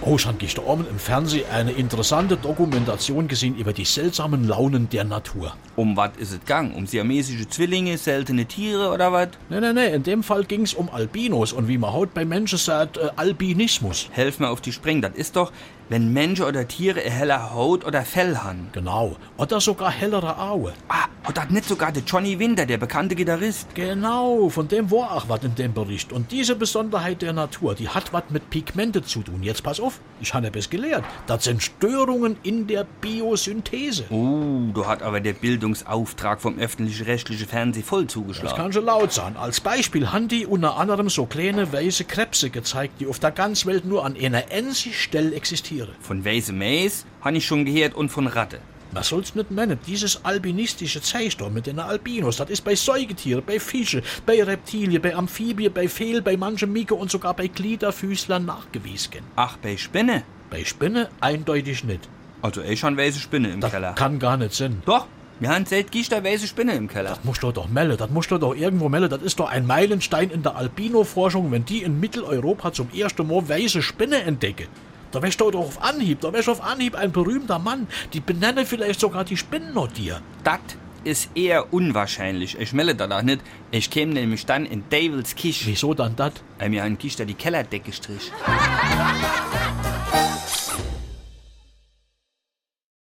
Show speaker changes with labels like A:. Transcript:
A: Oh, schon gestorben im Fernsehen eine interessante Dokumentation gesehen über die seltsamen Launen der Natur.
B: Um was ist es gang? Um siamesische Zwillinge, seltene Tiere oder was?
A: Nee, nee, nee, in dem Fall ging's um Albinos und wie man haut bei Menschen sagt, äh, Albinismus.
B: Helf mir auf die Spring. Das ist doch, wenn Menschen oder Tiere eine heller Haut oder Fell haben.
A: Genau. Oder sogar hellere Augen.
B: Ah, hat das nicht sogar der Johnny Winter, der bekannte Gitarrist?
A: Genau, von dem war auch was in dem Bericht. Und diese Besonderheit der Natur, die hat was mit Pigmente zu tun. Jetzt pass auf, ich habe es gelehrt. Das sind Störungen in der Biosynthese.
B: Uh, da hat aber der Bildungsauftrag vom öffentlich-rechtlichen Fernsehen voll
A: Das
B: zugeschlagen.
A: kann schon laut sein. Als Beispiel haben die unter anderem so kleine weiße Krebse gezeigt, die auf der ganzen Welt nur an einer einzigen Stelle existieren.
B: Von Weise Mays habe ich schon gehört und von Ratte.
A: Man soll's nicht meinen, dieses albinistische Zeichen mit den Albinos, das ist bei Säugetieren, bei Fischen, bei Reptilien, bei Amphibien, bei Fehl, bei manchen Miko und sogar bei Gliederfüßlern nachgewiesen.
B: Ach, bei Spinne?
A: Bei Spinne eindeutig nicht.
B: Also ich habe weiße Spinne im
A: Das
B: Keller.
A: kann gar nicht sein.
B: Doch, wir haben seit Gister weiße Spinne im Keller.
A: Musst du doch melle, das musst du doch irgendwo melle, das ist doch ein Meilenstein in der Albino-Forschung, wenn die in Mitteleuropa zum ersten Mal weiße Spinne entdecken. Da wärst du doch auf Anhieb, da wärst auf Anhieb ein berühmter Mann, die benenne vielleicht sogar die Spinnen noch dir.
B: Das ist eher unwahrscheinlich. Ich melde danach nicht. Ich käme nämlich dann in Devils Kisch.
A: Wieso dann das?
B: Äh, mir haben Gister die Kellerdecke strich.